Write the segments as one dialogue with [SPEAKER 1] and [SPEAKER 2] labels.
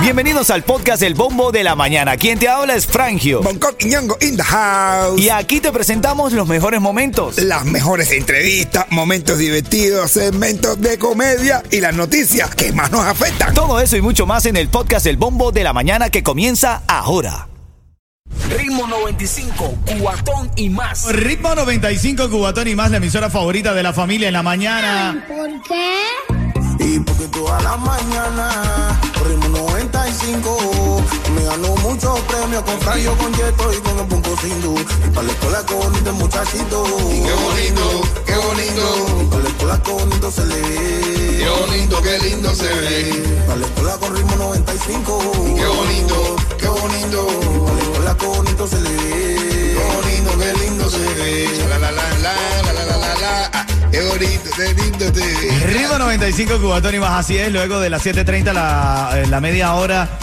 [SPEAKER 1] Bienvenidos al podcast El Bombo de la Mañana. Quien te habla es Frangio.
[SPEAKER 2] Bangkok y Ñongo in the house.
[SPEAKER 1] Y aquí te presentamos los mejores momentos.
[SPEAKER 2] Las mejores entrevistas, momentos divertidos, segmentos de comedia y las noticias que más nos afectan.
[SPEAKER 1] Todo eso y mucho más en el podcast El Bombo de la Mañana que comienza ahora.
[SPEAKER 3] Ritmo 95, Cubatón y más.
[SPEAKER 4] Ritmo 95, Cubatón y más, la emisora favorita de la familia en la mañana.
[SPEAKER 5] ¿Por qué?
[SPEAKER 6] Y porque toda la mañana, Ritmo 95, me ganó muchos premios con Franjo, con Yeto y con el Punto Sindhu. Y para la escuela con bonito el muchachito. Y
[SPEAKER 7] Qué bonito, qué bonito,
[SPEAKER 6] para la escuela con bonito se le ve.
[SPEAKER 7] qué bonito, qué lindo se ve.
[SPEAKER 6] Para la escuela con Ritmo 95.
[SPEAKER 7] Qué bonito, qué bonito,
[SPEAKER 6] Para la escuela con bonito se le ve.
[SPEAKER 7] qué bonito, qué lindo se ve. La la la la la la la la la. Ah, Qué bonito, qué lindo se ve.
[SPEAKER 4] Ritmo 95, Cubatón y más, así es. Luego de las 7.30, la, eh, la media hora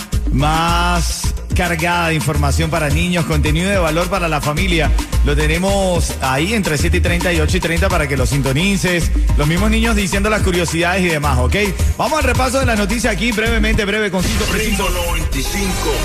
[SPEAKER 4] más cargada de información para niños, contenido de valor para la familia. Lo tenemos ahí entre 7 y 30 y 8 y 30 para que lo sintonices. Los mismos niños diciendo las curiosidades y demás, ¿ok? Vamos al repaso de la noticia aquí brevemente, breve, conciso, preciso.
[SPEAKER 3] 95,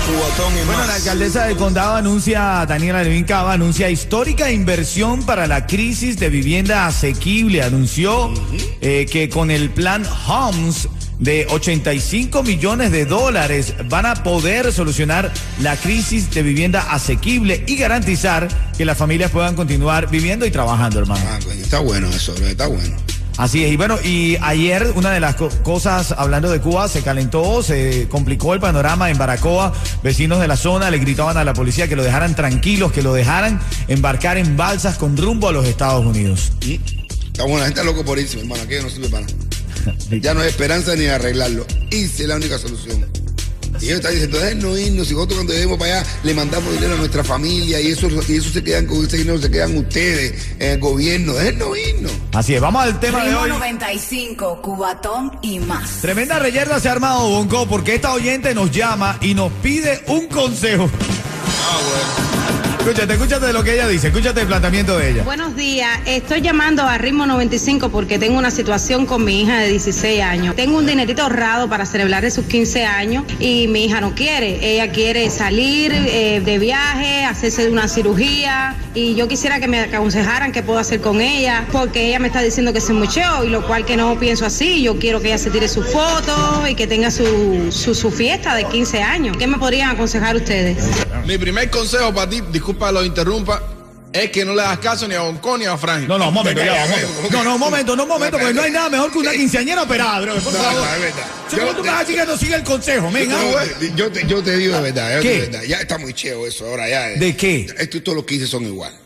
[SPEAKER 3] Cubatón y
[SPEAKER 4] Bueno, la alcaldesa del condado anuncia, Daniela Levin Cava, anuncia histórica inversión para la crisis de vivienda asequible. Anunció eh, que con el plan HOMES de 85 millones de dólares van a poder solucionar la crisis de vivienda asequible y garantizar que las familias puedan continuar viviendo y trabajando, hermano.
[SPEAKER 7] Ah, coño, está bueno eso, está bueno.
[SPEAKER 4] Así es, y bueno, y ayer una de las co- cosas, hablando de Cuba, se calentó, se complicó el panorama en Baracoa, vecinos de la zona le gritaban a la policía que lo dejaran tranquilos, que lo dejaran embarcar en balsas con rumbo a los Estados Unidos.
[SPEAKER 7] Mm, Está bueno, la gente está loco por irse, mi hermano, aquello no sirve para nada. Ya no hay esperanza ni de arreglarlo. Irse es la única solución. Y ellos están diciendo, no irnos, si nosotros cuando lleguemos para allá le mandamos dinero a nuestra familia y eso, y eso se quedan con ese dinero, se quedan ustedes, en el gobierno, no irnos.
[SPEAKER 4] Así es, vamos al tema de
[SPEAKER 8] Ritmo
[SPEAKER 4] hoy.
[SPEAKER 8] 95, Cubatón y más.
[SPEAKER 4] Tremenda reyerda se ha armado, Bonco, porque esta oyente nos llama y nos pide un consejo. Escúchate, escúchate de lo que ella dice, escúchate el planteamiento de ella.
[SPEAKER 9] Buenos días, estoy llamando a Ritmo 95 porque tengo una situación con mi hija de 16 años. Tengo un dinerito ahorrado para celebrar sus 15 años y mi hija no quiere. Ella quiere salir eh, de viaje, hacerse una cirugía y yo quisiera que me aconsejaran qué puedo hacer con ella porque ella me está diciendo que se mucheo y lo cual que no pienso así. Yo quiero que ella se tire su foto y que tenga su, su, su fiesta de 15 años. ¿Qué me podrían aconsejar ustedes?
[SPEAKER 10] Mi primer consejo para ti, disculpa lo interrumpa, es que no le das caso ni a Boncón ni a Frank.
[SPEAKER 4] No, no, un momento, ya, un momento. No, no, un momento, no, un momento, porque no hay nada mejor que una
[SPEAKER 10] Eh,
[SPEAKER 4] quinceañera operada, bro. Por
[SPEAKER 7] Eh. No,
[SPEAKER 4] favor.
[SPEAKER 7] no, es verdad.
[SPEAKER 4] Yo,
[SPEAKER 7] Yo
[SPEAKER 4] tú
[SPEAKER 7] te-
[SPEAKER 4] me vas a decir que no sigue el consejo, ah. venga.
[SPEAKER 7] No, eh. yo, te, yo te digo de verdad, yo te
[SPEAKER 4] ¿Qué?
[SPEAKER 7] digo de verdad. Ya está muy cheo eso ahora, ya. eh.
[SPEAKER 4] ¿De qué?
[SPEAKER 7] Esto todos los 15 son iguales.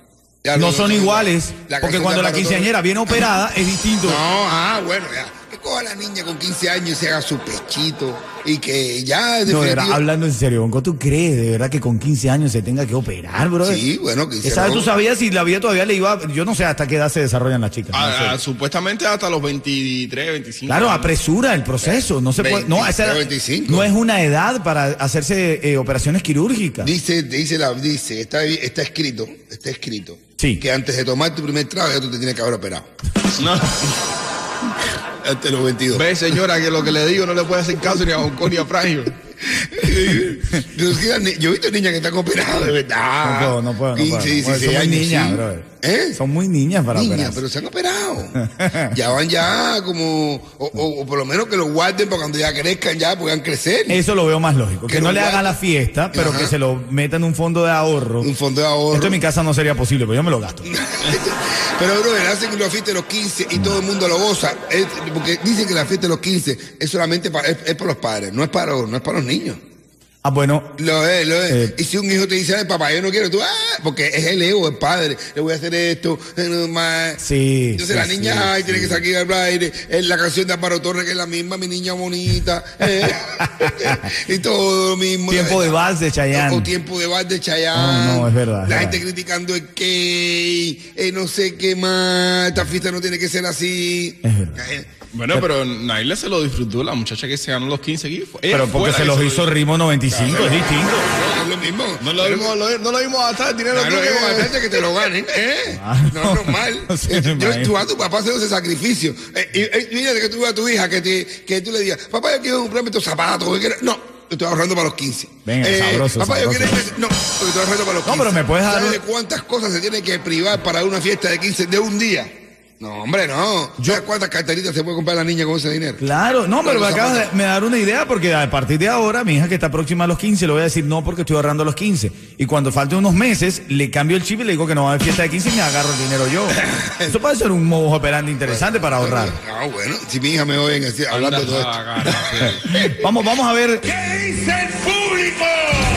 [SPEAKER 7] Ya
[SPEAKER 4] No
[SPEAKER 7] los-
[SPEAKER 4] son iguales, porque
[SPEAKER 7] La canción
[SPEAKER 4] cuando
[SPEAKER 7] de
[SPEAKER 4] la
[SPEAKER 7] Maradona-
[SPEAKER 4] quinceañera viene operada es distinto.
[SPEAKER 7] No, ah, bueno, ya. Que coja la niña con 15 años y se haga su pechito y que ya. en
[SPEAKER 4] No, de verdad,
[SPEAKER 7] definitivo-
[SPEAKER 4] hablando en serio, Bonco, ¿tú crees de verdad que con 15 años se tenga que operar, bro?
[SPEAKER 7] Sí, bueno, que
[SPEAKER 4] ¿Sabes? ¿Tú sabías si la vida todavía le iba...? Yo no sé hasta qué edad se desarrollan las chicas. no sé.
[SPEAKER 10] Ah, ah, supuestamente hasta los 23, 25.
[SPEAKER 4] Claro,
[SPEAKER 10] años.
[SPEAKER 4] apresura el proceso. No se puede... No, a esa edad-
[SPEAKER 7] 25.
[SPEAKER 4] no es una edad para hacerse eh, operaciones quirúrgicas.
[SPEAKER 7] Dice, dice, la, dice está, está escrito, está escrito.
[SPEAKER 4] Sí.
[SPEAKER 7] Que antes de tomar tu primer trago ya tú te tienes que haber operado.
[SPEAKER 10] No.
[SPEAKER 7] Antes de los 22.
[SPEAKER 10] Ve, señora, que lo que le digo no le puede hacer caso ni a Boncón ni a Frank.
[SPEAKER 7] Yo es que la ni- yo he visto niñas que están operadas, de verdad.
[SPEAKER 4] No puedo, no puedo, no puedo.
[SPEAKER 7] 15,
[SPEAKER 4] no puedo.
[SPEAKER 7] 16
[SPEAKER 4] Son muy
[SPEAKER 7] años,
[SPEAKER 4] niñas,
[SPEAKER 7] sí.
[SPEAKER 4] brother.
[SPEAKER 7] ¿Eh?
[SPEAKER 4] Son muy niñas para
[SPEAKER 7] Niña,
[SPEAKER 4] operarse.
[SPEAKER 7] pero se han operado. ya van ya como, o, o- o por lo menos que lo guarden para cuando ya crezcan, ya puedan crecer.
[SPEAKER 4] Eso lo veo más lógico. Que,
[SPEAKER 7] Que
[SPEAKER 4] no
[SPEAKER 7] lo
[SPEAKER 4] le hagan
[SPEAKER 7] guarde.
[SPEAKER 4] la fiesta, pero
[SPEAKER 7] Ajá.
[SPEAKER 4] que se lo metan en un fondo de ahorro.
[SPEAKER 7] Un fondo de ahorro.
[SPEAKER 4] Esto en mi casa no sería posible, pero yo me lo gasto.
[SPEAKER 7] Pero, bro, hacen la fiesta de los 15 y todo el mundo lo goza. Es- porque dicen que la fiesta de los 15 es solamente para, es, es para los padres, no es para, no es para los niños.
[SPEAKER 4] Ah, bueno,
[SPEAKER 7] Lo es, lo es.
[SPEAKER 4] Eh.
[SPEAKER 7] y si un hijo te dice, "Ay, papá, yo no quiero, tú, ah, porque es el ego, el padre, le voy a hacer esto, eh, no más.
[SPEAKER 4] Sí,
[SPEAKER 7] Entonces
[SPEAKER 4] sí,
[SPEAKER 7] la niña,
[SPEAKER 4] sí,
[SPEAKER 7] ay,
[SPEAKER 4] sí.
[SPEAKER 7] tiene que salir al aire, es la canción de Amparo Torres, que es la misma, mi niña bonita, eh, y todo lo mismo.
[SPEAKER 4] tiempo de vals de
[SPEAKER 7] O
[SPEAKER 4] Chayanne.
[SPEAKER 7] tiempo de bar de Chayanne.
[SPEAKER 4] Oh, no, es verdad, es
[SPEAKER 7] La
[SPEAKER 4] verdad.
[SPEAKER 7] gente criticando el que, eh, no sé qué más, esta fiesta no tiene que ser así.
[SPEAKER 4] Es verdad.
[SPEAKER 7] Eh,
[SPEAKER 10] Bueno, pero Naila se lo disfrutó, la muchacha que se ganó los 15 aquí. fue- ella
[SPEAKER 4] Pero
[SPEAKER 10] fue
[SPEAKER 4] porque
[SPEAKER 10] la
[SPEAKER 4] se
[SPEAKER 10] que
[SPEAKER 4] los hizo Rimo 95, es distinto.
[SPEAKER 7] Es lo mismo.
[SPEAKER 10] No lo vimos, lo- no lo vimos gastar el dinero.
[SPEAKER 7] No
[SPEAKER 10] tú
[SPEAKER 7] lo
[SPEAKER 10] que-
[SPEAKER 7] digo bastante que te lo ganen, ¿eh? No es normal.
[SPEAKER 4] Ah, No se me
[SPEAKER 7] yo,
[SPEAKER 4] imagino.
[SPEAKER 7] tú a tu papá haciendo ese sacrificio. Eh, y, eh, mira que tú veas a tu hija que, te, que tú le digas, papá, yo quiero comprarme estos zapatos. yo quiero-". No, yo estoy ahorrando para los 15.
[SPEAKER 4] Venga, sabroso,
[SPEAKER 7] Papá, yo
[SPEAKER 4] sabroso.
[SPEAKER 7] quiero. irme- No, yo estoy ahorrando para los 15.
[SPEAKER 4] No, pero me puedes dar
[SPEAKER 7] ¿Sabes
[SPEAKER 4] un-
[SPEAKER 7] de cuántas cosas se tiene que privar para una fiesta de 15 de un día? No, hombre, no. ¿Sabes cuántas carteritas se puede comprar la niña con ese dinero?
[SPEAKER 4] Claro, no, pero
[SPEAKER 7] Claro,
[SPEAKER 4] me
[SPEAKER 7] los
[SPEAKER 4] acabas de me dar una idea porque a partir de ahora mi hija que está próxima a los 15 le voy a decir no porque estoy ahorrando a los 15. Y cuando falte unos meses le cambio el chip y le digo que no va a haber fiesta de 15 y me agarro el dinero yo. Eso puede ser un modus operandi interesante para ahorrar.
[SPEAKER 7] Ah, bueno, si mi hija me oyen así, hablando de todo esto.
[SPEAKER 10] Ah, cara, sí.
[SPEAKER 4] Vamos, vamos a ver.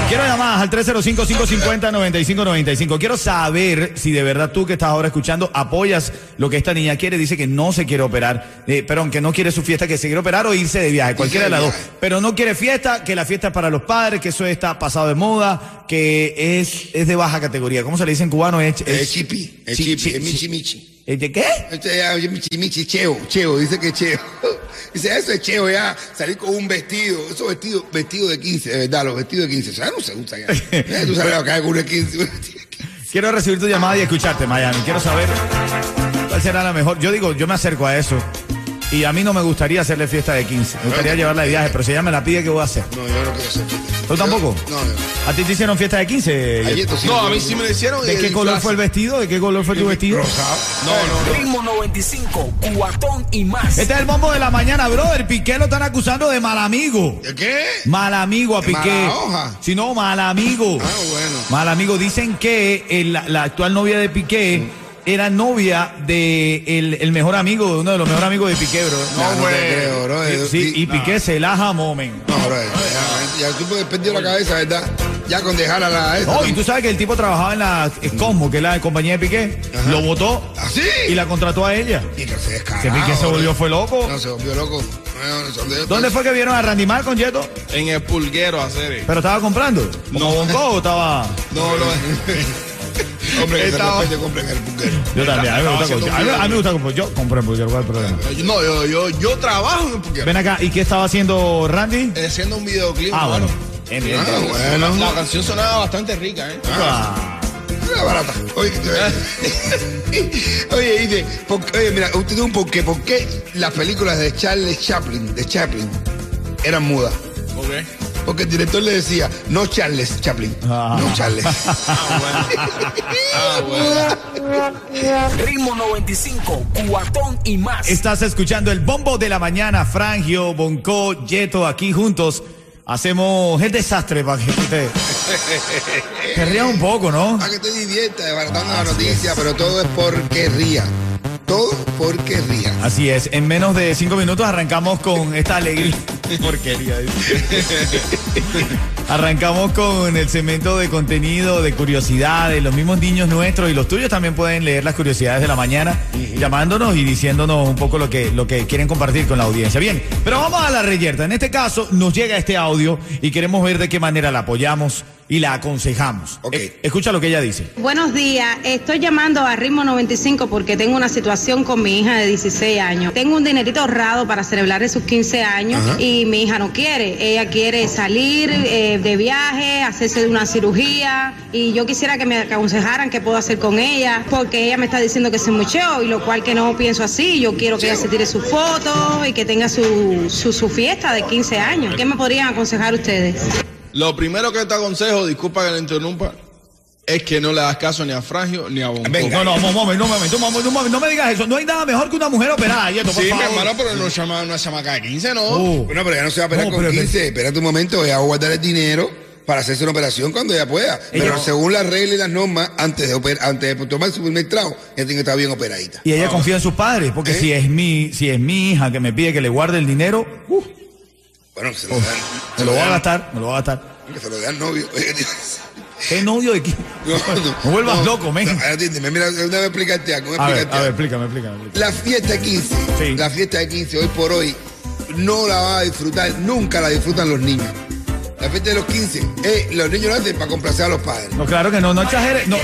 [SPEAKER 4] Quiero llamadas al 305-550-9595. Quiero saber si de verdad tú que estás ahora escuchando apoyas lo que esta niña quiere. Dice que no se quiere operar, eh, perdón, que no quiere su fiesta, que se quiere operar o irse de viaje, cualquiera de las dos. Pero no quiere fiesta, que la fiesta es para los padres, que eso está pasado de moda, que es, es de baja categoría. ¿Cómo se le dice en cubano? Es,
[SPEAKER 7] Es chipi, es
[SPEAKER 4] chi-
[SPEAKER 7] chipi,
[SPEAKER 4] chi-
[SPEAKER 7] es
[SPEAKER 4] chi-
[SPEAKER 7] michi michi.
[SPEAKER 4] ¿Es de qué?
[SPEAKER 7] Este ya, oye, Michi, Michi, cheo, cheo, dice que cheo. Dice, "Ah, eso es cheo ya, salir con un vestido, esos vestidos, vestidos de 15, de verdad, los vestidos de 15, o sea, no se usan ya. Eh, Tú sabes, acá con uno de 15, uno de 15.
[SPEAKER 4] Quiero recibir tu llamada y escucharte, Miami. Quiero saber cuál será la mejor. Yo digo, yo me acerco a eso. Y a mí no me gustaría hacerle fiesta de 15. Me gustaría llevarla de viaje, pero si ella me la pide, ¿qué voy a hacer?
[SPEAKER 7] No, yo no quiero hacer fiesta.
[SPEAKER 4] ¿Tú tampoco?
[SPEAKER 7] Yo- No, no.
[SPEAKER 4] ¿A ti te hicieron fiesta de 15?
[SPEAKER 7] Ayer esto sí.
[SPEAKER 10] No, a mí sí me lo hicieron. y
[SPEAKER 4] ¿De
[SPEAKER 10] el
[SPEAKER 4] qué color
[SPEAKER 10] disfraz-
[SPEAKER 4] fue el vestido? ¿De qué color fue tu vestido?
[SPEAKER 10] No, no, no.
[SPEAKER 3] Ritmo 95, cuatón y más.
[SPEAKER 4] Este es el bombo de la mañana, brother. Piqué lo están acusando de mal amigo.
[SPEAKER 7] ¿De qué?
[SPEAKER 4] Mal amigo a
[SPEAKER 7] ¿De mala
[SPEAKER 4] Piqué.
[SPEAKER 7] hoja?
[SPEAKER 4] Si no, mal amigo.
[SPEAKER 7] Ah, bueno.
[SPEAKER 4] Mal amigo, dicen que el- la, la actual novia de Piqué era novia de el, el mejor amigo, de uno de los mejores amigos de Piqué, bro.
[SPEAKER 7] No, no
[SPEAKER 10] güey.
[SPEAKER 7] te creo, bro.
[SPEAKER 4] Y-
[SPEAKER 7] eh,
[SPEAKER 4] sí,
[SPEAKER 7] y-
[SPEAKER 4] y Piqué se la jamó, men.
[SPEAKER 7] No, bro, eh, ya, ya tú puedes perder la cabeza, ¿verdad? Ya con dejar a la... esta-
[SPEAKER 4] No, y tú sabes que el tipo trabajaba en la eh, Cosmo, que es la compañía de Piqué,
[SPEAKER 7] Ajá.
[SPEAKER 4] lo votó
[SPEAKER 7] ¿Ah, sí?
[SPEAKER 4] y la contrató a ella.
[SPEAKER 7] Y que se
[SPEAKER 4] Que
[SPEAKER 7] descarado.
[SPEAKER 4] Piqué se volvió, fue loco.
[SPEAKER 7] No, se volvió loco. No, no, no, no,
[SPEAKER 4] ¿Dónde fue que vieron a Randy Mal con Yeto?
[SPEAKER 10] En el pulguero a hacer. eh.
[SPEAKER 4] ¿Pero estaba comprando? ¿Como
[SPEAKER 10] No.
[SPEAKER 4] Bongo o estaba...?
[SPEAKER 10] No, no.
[SPEAKER 7] Hombre, que se
[SPEAKER 10] Estaba-
[SPEAKER 7] respete, compren el burger.
[SPEAKER 4] Yo también, a mí me gusta
[SPEAKER 10] Estaba haciendo
[SPEAKER 4] con- a mí- a mí me gusta con... Yo compré porque ¿cuál es el problema?
[SPEAKER 10] No, yo, yo, yo trabajo en el pulguero.
[SPEAKER 4] Ven acá, ¿y qué estaba haciendo Randy?
[SPEAKER 10] Eh, Haciendo un videoclip.
[SPEAKER 4] Ah, bueno.
[SPEAKER 10] Sí,
[SPEAKER 7] Ah,
[SPEAKER 10] sí,
[SPEAKER 7] bueno.
[SPEAKER 10] La, la canción sonaba bastante rica, ¿eh?
[SPEAKER 4] Ah,
[SPEAKER 7] Una barata. Oye, que te- oye, dice, por- oye, mira, usted tiene un porqué. ¿Por qué las películas de Charles Chaplin, de Chaplin, eran mudas?
[SPEAKER 10] Ok.
[SPEAKER 7] Porque el director le decía, no Charles Chaplin,
[SPEAKER 4] Ah.
[SPEAKER 7] no Charles.
[SPEAKER 10] Ah, bueno.
[SPEAKER 3] Ritmo 95, cuatón y más.
[SPEAKER 4] Estás escuchando el bombo de la mañana, Frangio, Bonco, Yeto, aquí juntos. Hacemos el desastre para que te, te rías un poco, ¿no?
[SPEAKER 7] Para que te diviertas, desbaratando
[SPEAKER 4] Ah,
[SPEAKER 7] la noticia, pero todo es porquería. Todo porquería.
[SPEAKER 4] Así es, en menos de cinco minutos arrancamos con esta alegría. Porquería. dice. arrancamos con el segmento de contenido, de curiosidades. Los mismos niños nuestros y los tuyos también pueden leer las curiosidades de la mañana, llamándonos y diciéndonos un poco lo que, lo que quieren compartir con la audiencia. Bien, pero vamos a la reyerta. En este caso, nos llega este audio y queremos ver de qué manera la apoyamos y la aconsejamos.
[SPEAKER 7] Ok.
[SPEAKER 4] E- escucha lo que ella dice.
[SPEAKER 9] Buenos días, estoy llamando a Ritmo 95 porque tengo una situación con mi hija de 16 años. Tengo un dinerito ahorrado para celebrar sus 15 años y mi hija no quiere. Ella quiere salir eh, de viaje, hacerse de una cirugía y yo quisiera que me aconsejaran qué puedo hacer con ella porque ella me está diciendo que se mucheo y lo cual que no pienso así. Yo quiero que ella se tire sus fotos y que tenga su, su, su fiesta de 15 años. ¿Qué me podrían aconsejar ustedes?
[SPEAKER 10] Lo primero que te aconsejo, disculpa que le interrumpa, es que no le das caso ni a Frangio ni a Bonco.
[SPEAKER 4] No, no, un momento, un momento, un momento, un momento, no me digas eso. No hay nada mejor que una mujer operada, Yeto, por
[SPEAKER 10] Sí, mi
[SPEAKER 4] favor.
[SPEAKER 10] hermano, pero no llama una chamaca de 15, ¿no?
[SPEAKER 4] Oh.
[SPEAKER 7] Bueno, pero ya no se va a operar
[SPEAKER 4] No,
[SPEAKER 7] con
[SPEAKER 4] pero-
[SPEAKER 7] 15. Espérate un momento, ella va a guardar el dinero para hacerse una operación cuando ella pueda. pero según las reglas y las normas, antes de, oper- antes de tomar su primer trago, ella tiene que estar bien operadita.
[SPEAKER 4] Y ella confía en sus padres, porque
[SPEAKER 7] ¿Eh?
[SPEAKER 4] si es mi, si es mi hija que me pide que le guarde el dinero, uh,
[SPEAKER 7] Bueno, que se lo dan.
[SPEAKER 4] me lo voy a
[SPEAKER 7] dan-
[SPEAKER 4] gastar, me lo voy a gastar.
[SPEAKER 7] Que se lo dan novio. Oye, Dios.
[SPEAKER 4] ¿Qué novio de quién?
[SPEAKER 7] No,
[SPEAKER 4] No vuelvas loco, men.
[SPEAKER 7] No, atiéndeme, mira, déjame explicarte algo.
[SPEAKER 4] A
[SPEAKER 7] déjame
[SPEAKER 4] ver,
[SPEAKER 7] explicarte
[SPEAKER 4] a ver,
[SPEAKER 7] algo.
[SPEAKER 4] explícame, explícame, explícame.
[SPEAKER 7] La fiesta de 15,
[SPEAKER 4] Sí.
[SPEAKER 7] la fiesta de 15 hoy por hoy, no la va a disfrutar, nunca la disfrutan los niños. La La fiesta de los 15. Eh, los niños lo hacen para complacer a los padres.
[SPEAKER 4] No, claro que no, no exageres. No,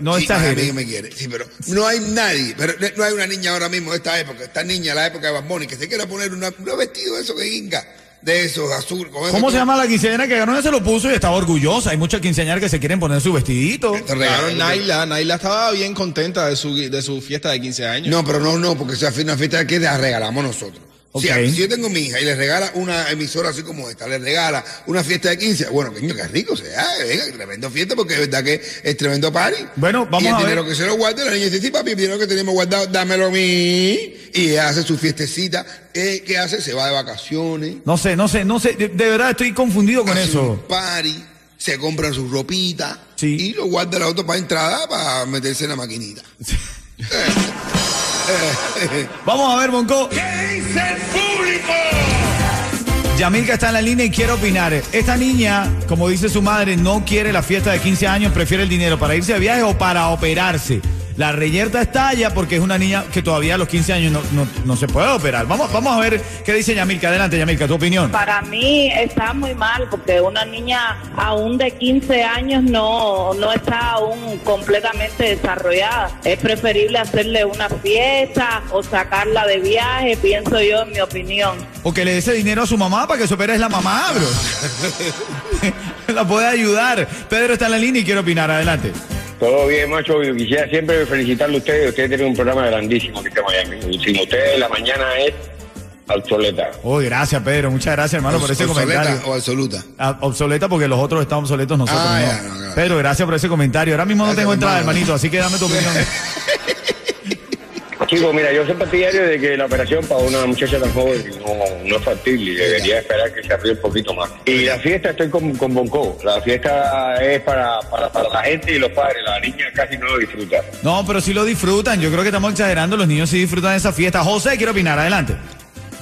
[SPEAKER 4] no
[SPEAKER 7] sí,
[SPEAKER 4] exageres.
[SPEAKER 7] a mí me quiere. Sí, pero no hay nadie. Pero no- no hay una niña ahora mismo de esta época. Esta niña, la época de Bamboni, que se quiera poner una, un vestido de eso que inga. De esos azul. con eso
[SPEAKER 4] ¿Cómo
[SPEAKER 7] que-
[SPEAKER 4] se llama la quinceañera que ganó? Ya se lo puso y estaba orgullosa. Hay muchas quinceañeras que se quieren poner su vestidito.
[SPEAKER 7] Te
[SPEAKER 10] Claro,
[SPEAKER 7] regalo.
[SPEAKER 10] Naila, Naila estaba bien contenta de su, de su fiesta de 15 años.
[SPEAKER 7] No, pero no, no, porque esa es una fiesta que la regalamos nosotros.
[SPEAKER 4] Ok.
[SPEAKER 7] Si, a- si yo tengo mi hija y le regala una emisora así como esta, le regala una fiesta de 15, bueno, coño, qué rico se da, venga, tremendo fiesta porque es verdad que es tremendo party.
[SPEAKER 4] Bueno, vamos
[SPEAKER 7] y el
[SPEAKER 4] a ver.
[SPEAKER 7] dinero que se lo guarde, la niña dice, sí, papi, el dinero que tenemos guardado, dámelo a mí. Y ella hace su fiestecita. Eh, ¿Qué hace? Se va de vacaciones,
[SPEAKER 4] No sé, no sé, no sé. De, de verdad estoy confundido con
[SPEAKER 7] hace un
[SPEAKER 4] eso.
[SPEAKER 7] party, se compran su ropita
[SPEAKER 4] Sí.
[SPEAKER 7] y lo guarda la otra para entrada para meterse en la maquinita.
[SPEAKER 4] Vamos a ver, Monco. Yamilka está en la línea y quiere opinar. Esta niña, como dice su madre, no quiere la fiesta de 15 años, prefiere el dinero para irse de viaje o para operarse. La reyerta estalla porque es una niña que todavía a los 15 años no, no- no se puede operar. Vamos, vamos a ver qué dice Yamilka. Adelante, Yamilka, tu opinión.
[SPEAKER 5] Para mí está muy mal porque una niña aún de 15 años no, no está aún completamente desarrollada. Es preferible hacerle una fiesta o sacarla de viaje, pienso yo en mi opinión.
[SPEAKER 4] O que le dé ese dinero a su mamá para que se opere es la mamá, bro. la puede ayudar. Pedro está en la línea y quiere opinar. Adelante.
[SPEAKER 11] Todo bien, macho. Yo quisiera siempre felicitarle a ustedes. Ustedes tienen un programa grandísimo que estamos Miami. Y sin ustedes, la mañana es obsoleta.
[SPEAKER 4] Oh, gracias, Pedro. Muchas gracias, hermano, por ese
[SPEAKER 7] Obsoleta
[SPEAKER 4] comentario.
[SPEAKER 7] o absoluta.
[SPEAKER 4] Ah, obsoleta porque los otros están obsoletos nosotros.
[SPEAKER 7] Ah,
[SPEAKER 4] no.
[SPEAKER 7] ya, no, claro.
[SPEAKER 4] Pedro, gracias por ese comentario. Ahora mismo no
[SPEAKER 7] Gracias,
[SPEAKER 4] tengo entrada,
[SPEAKER 7] hermano.
[SPEAKER 4] hermanito, así que dame tu opinión.
[SPEAKER 11] Chicos, mira, yo soy partidario de que la operación para una muchacha tan joven no, no es factible. Debería esperar que se abría un poquito más. Y la fiesta, estoy con, con Bonco. La fiesta es para, para, para la gente y los padres. La niña casi no lo disfruta.
[SPEAKER 4] No, pero sí lo disfrutan. Yo creo que estamos exagerando. Los niños sí disfrutan de esa fiesta. José, quiero opinar. Adelante.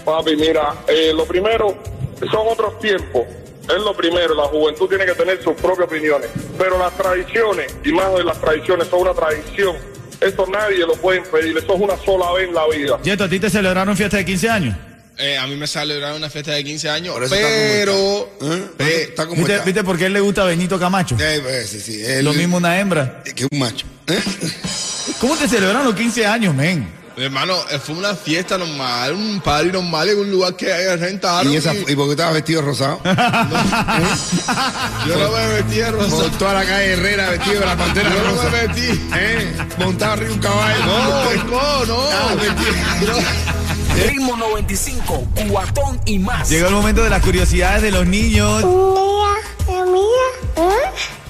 [SPEAKER 11] Papi, mira, eh, lo primero, son otros tiempos. Es lo primero, la juventud tiene que tener sus propias opiniones. Pero las tradiciones, y más de las tradiciones, son una tradición. Eso nadie lo puede impedir, eso es una sola vez en la vida.
[SPEAKER 4] Yeto, ¿a ti te celebraron fiesta de 15 años?
[SPEAKER 10] Eh, a mí me celebraron una fiesta de 15 años,
[SPEAKER 7] Por eso está
[SPEAKER 10] pero...
[SPEAKER 7] como está. ¿Eh? Por eso
[SPEAKER 10] eh,
[SPEAKER 7] está como
[SPEAKER 4] ¿Viste,
[SPEAKER 7] está.
[SPEAKER 4] ¿Viste por qué él le gusta a Benito Camacho?
[SPEAKER 7] Eh, pues, sí, sí, él-
[SPEAKER 4] Lo mismo una hembra.
[SPEAKER 7] eh, Que un macho. ¿eh?
[SPEAKER 4] ¿Cómo te celebraron los 15 años, men?
[SPEAKER 10] hermano, eh, fue una fiesta normal, un party normal en un lugar que eh, rentaron.
[SPEAKER 7] ¿Y, esa,
[SPEAKER 10] y
[SPEAKER 7] ¿Y por qué estaba vestido de rosado?
[SPEAKER 10] yo no me metí en rosa.
[SPEAKER 7] Por toda la calle Herrera vestido de la pantera
[SPEAKER 10] Yo no
[SPEAKER 7] rosa.
[SPEAKER 10] me metí.
[SPEAKER 7] ¿Eh? Montado arriba un caballo.
[SPEAKER 10] No, no, no.
[SPEAKER 7] Ah, vestido-
[SPEAKER 3] Ritmo 95, cuatón y más.
[SPEAKER 4] Llegó el momento de las curiosidades de los niños.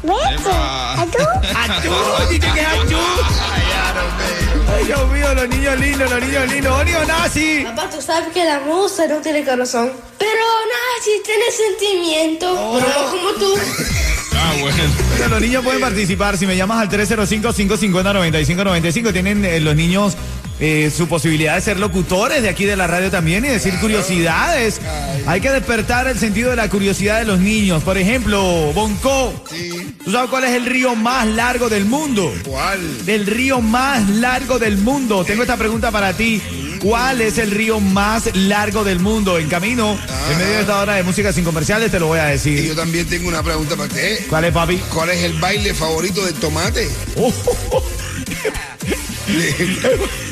[SPEAKER 10] Epa.
[SPEAKER 4] Ay, Dios mío, los niños lindos, los niños lindos. ¡Onio Nazi!
[SPEAKER 5] Papá, tú sabes que la musa no tiene corazón, pero nada, si tiene sentimiento, no como tú.
[SPEAKER 10] Ah, bueno.
[SPEAKER 4] Bueno, los niños pueden participar. Si me llamas al 305-550-9595, tienen eh, los niños eh, su posibilidad de ser locutores de aquí de la radio también y decir curiosidades. Hay que despertar el sentido de la curiosidad de los niños. Por ejemplo, Bonco, ¿tú sabes cuál es el río más largo del mundo?
[SPEAKER 7] ¿Cuál?
[SPEAKER 4] Del río más largo del mundo. Tengo esta pregunta para ti.
[SPEAKER 10] Mm.
[SPEAKER 4] ¿Cuál es el río más largo del mundo? En camino, en
[SPEAKER 10] Ah.
[SPEAKER 4] medio de esta hora de música sin comerciales, te lo voy a
[SPEAKER 7] Y yo
[SPEAKER 4] decir.
[SPEAKER 7] también tengo una pregunta para usted. ¿eh?
[SPEAKER 4] ¿Cuál es, papi?
[SPEAKER 7] ¿Cuál es el baile favorito del tomate?
[SPEAKER 10] Oh.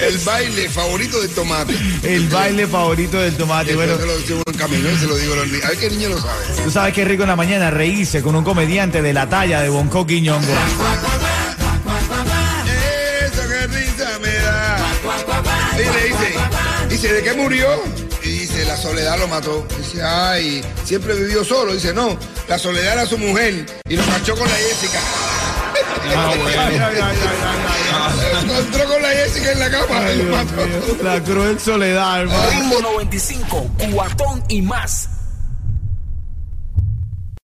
[SPEAKER 7] El baile favorito del tomate.
[SPEAKER 4] El baile favorito del tomate.
[SPEAKER 7] Yo
[SPEAKER 4] Bueno,
[SPEAKER 7] se lo digo en camino, yo se lo digo a los niños. A ver qué niño lo sabe.
[SPEAKER 4] tú sabes qué rico en la mañana reírse con un comediante de la talla de Bonco Quiñongo.
[SPEAKER 7] Eso qué risa me da. Y le dice, dice, ¿de qué murió? Y dice, la soledad lo mató. Dice, ay, siempre vivió solo. Dice, no, la soledad era su mujer y lo cachó con la Jessica.
[SPEAKER 10] Ah, bueno.
[SPEAKER 7] Lo encontró con la Jessica en la cama y lo mató.
[SPEAKER 4] La cruel soledad, hermano.
[SPEAKER 3] Ritmo 95, cuatón y más.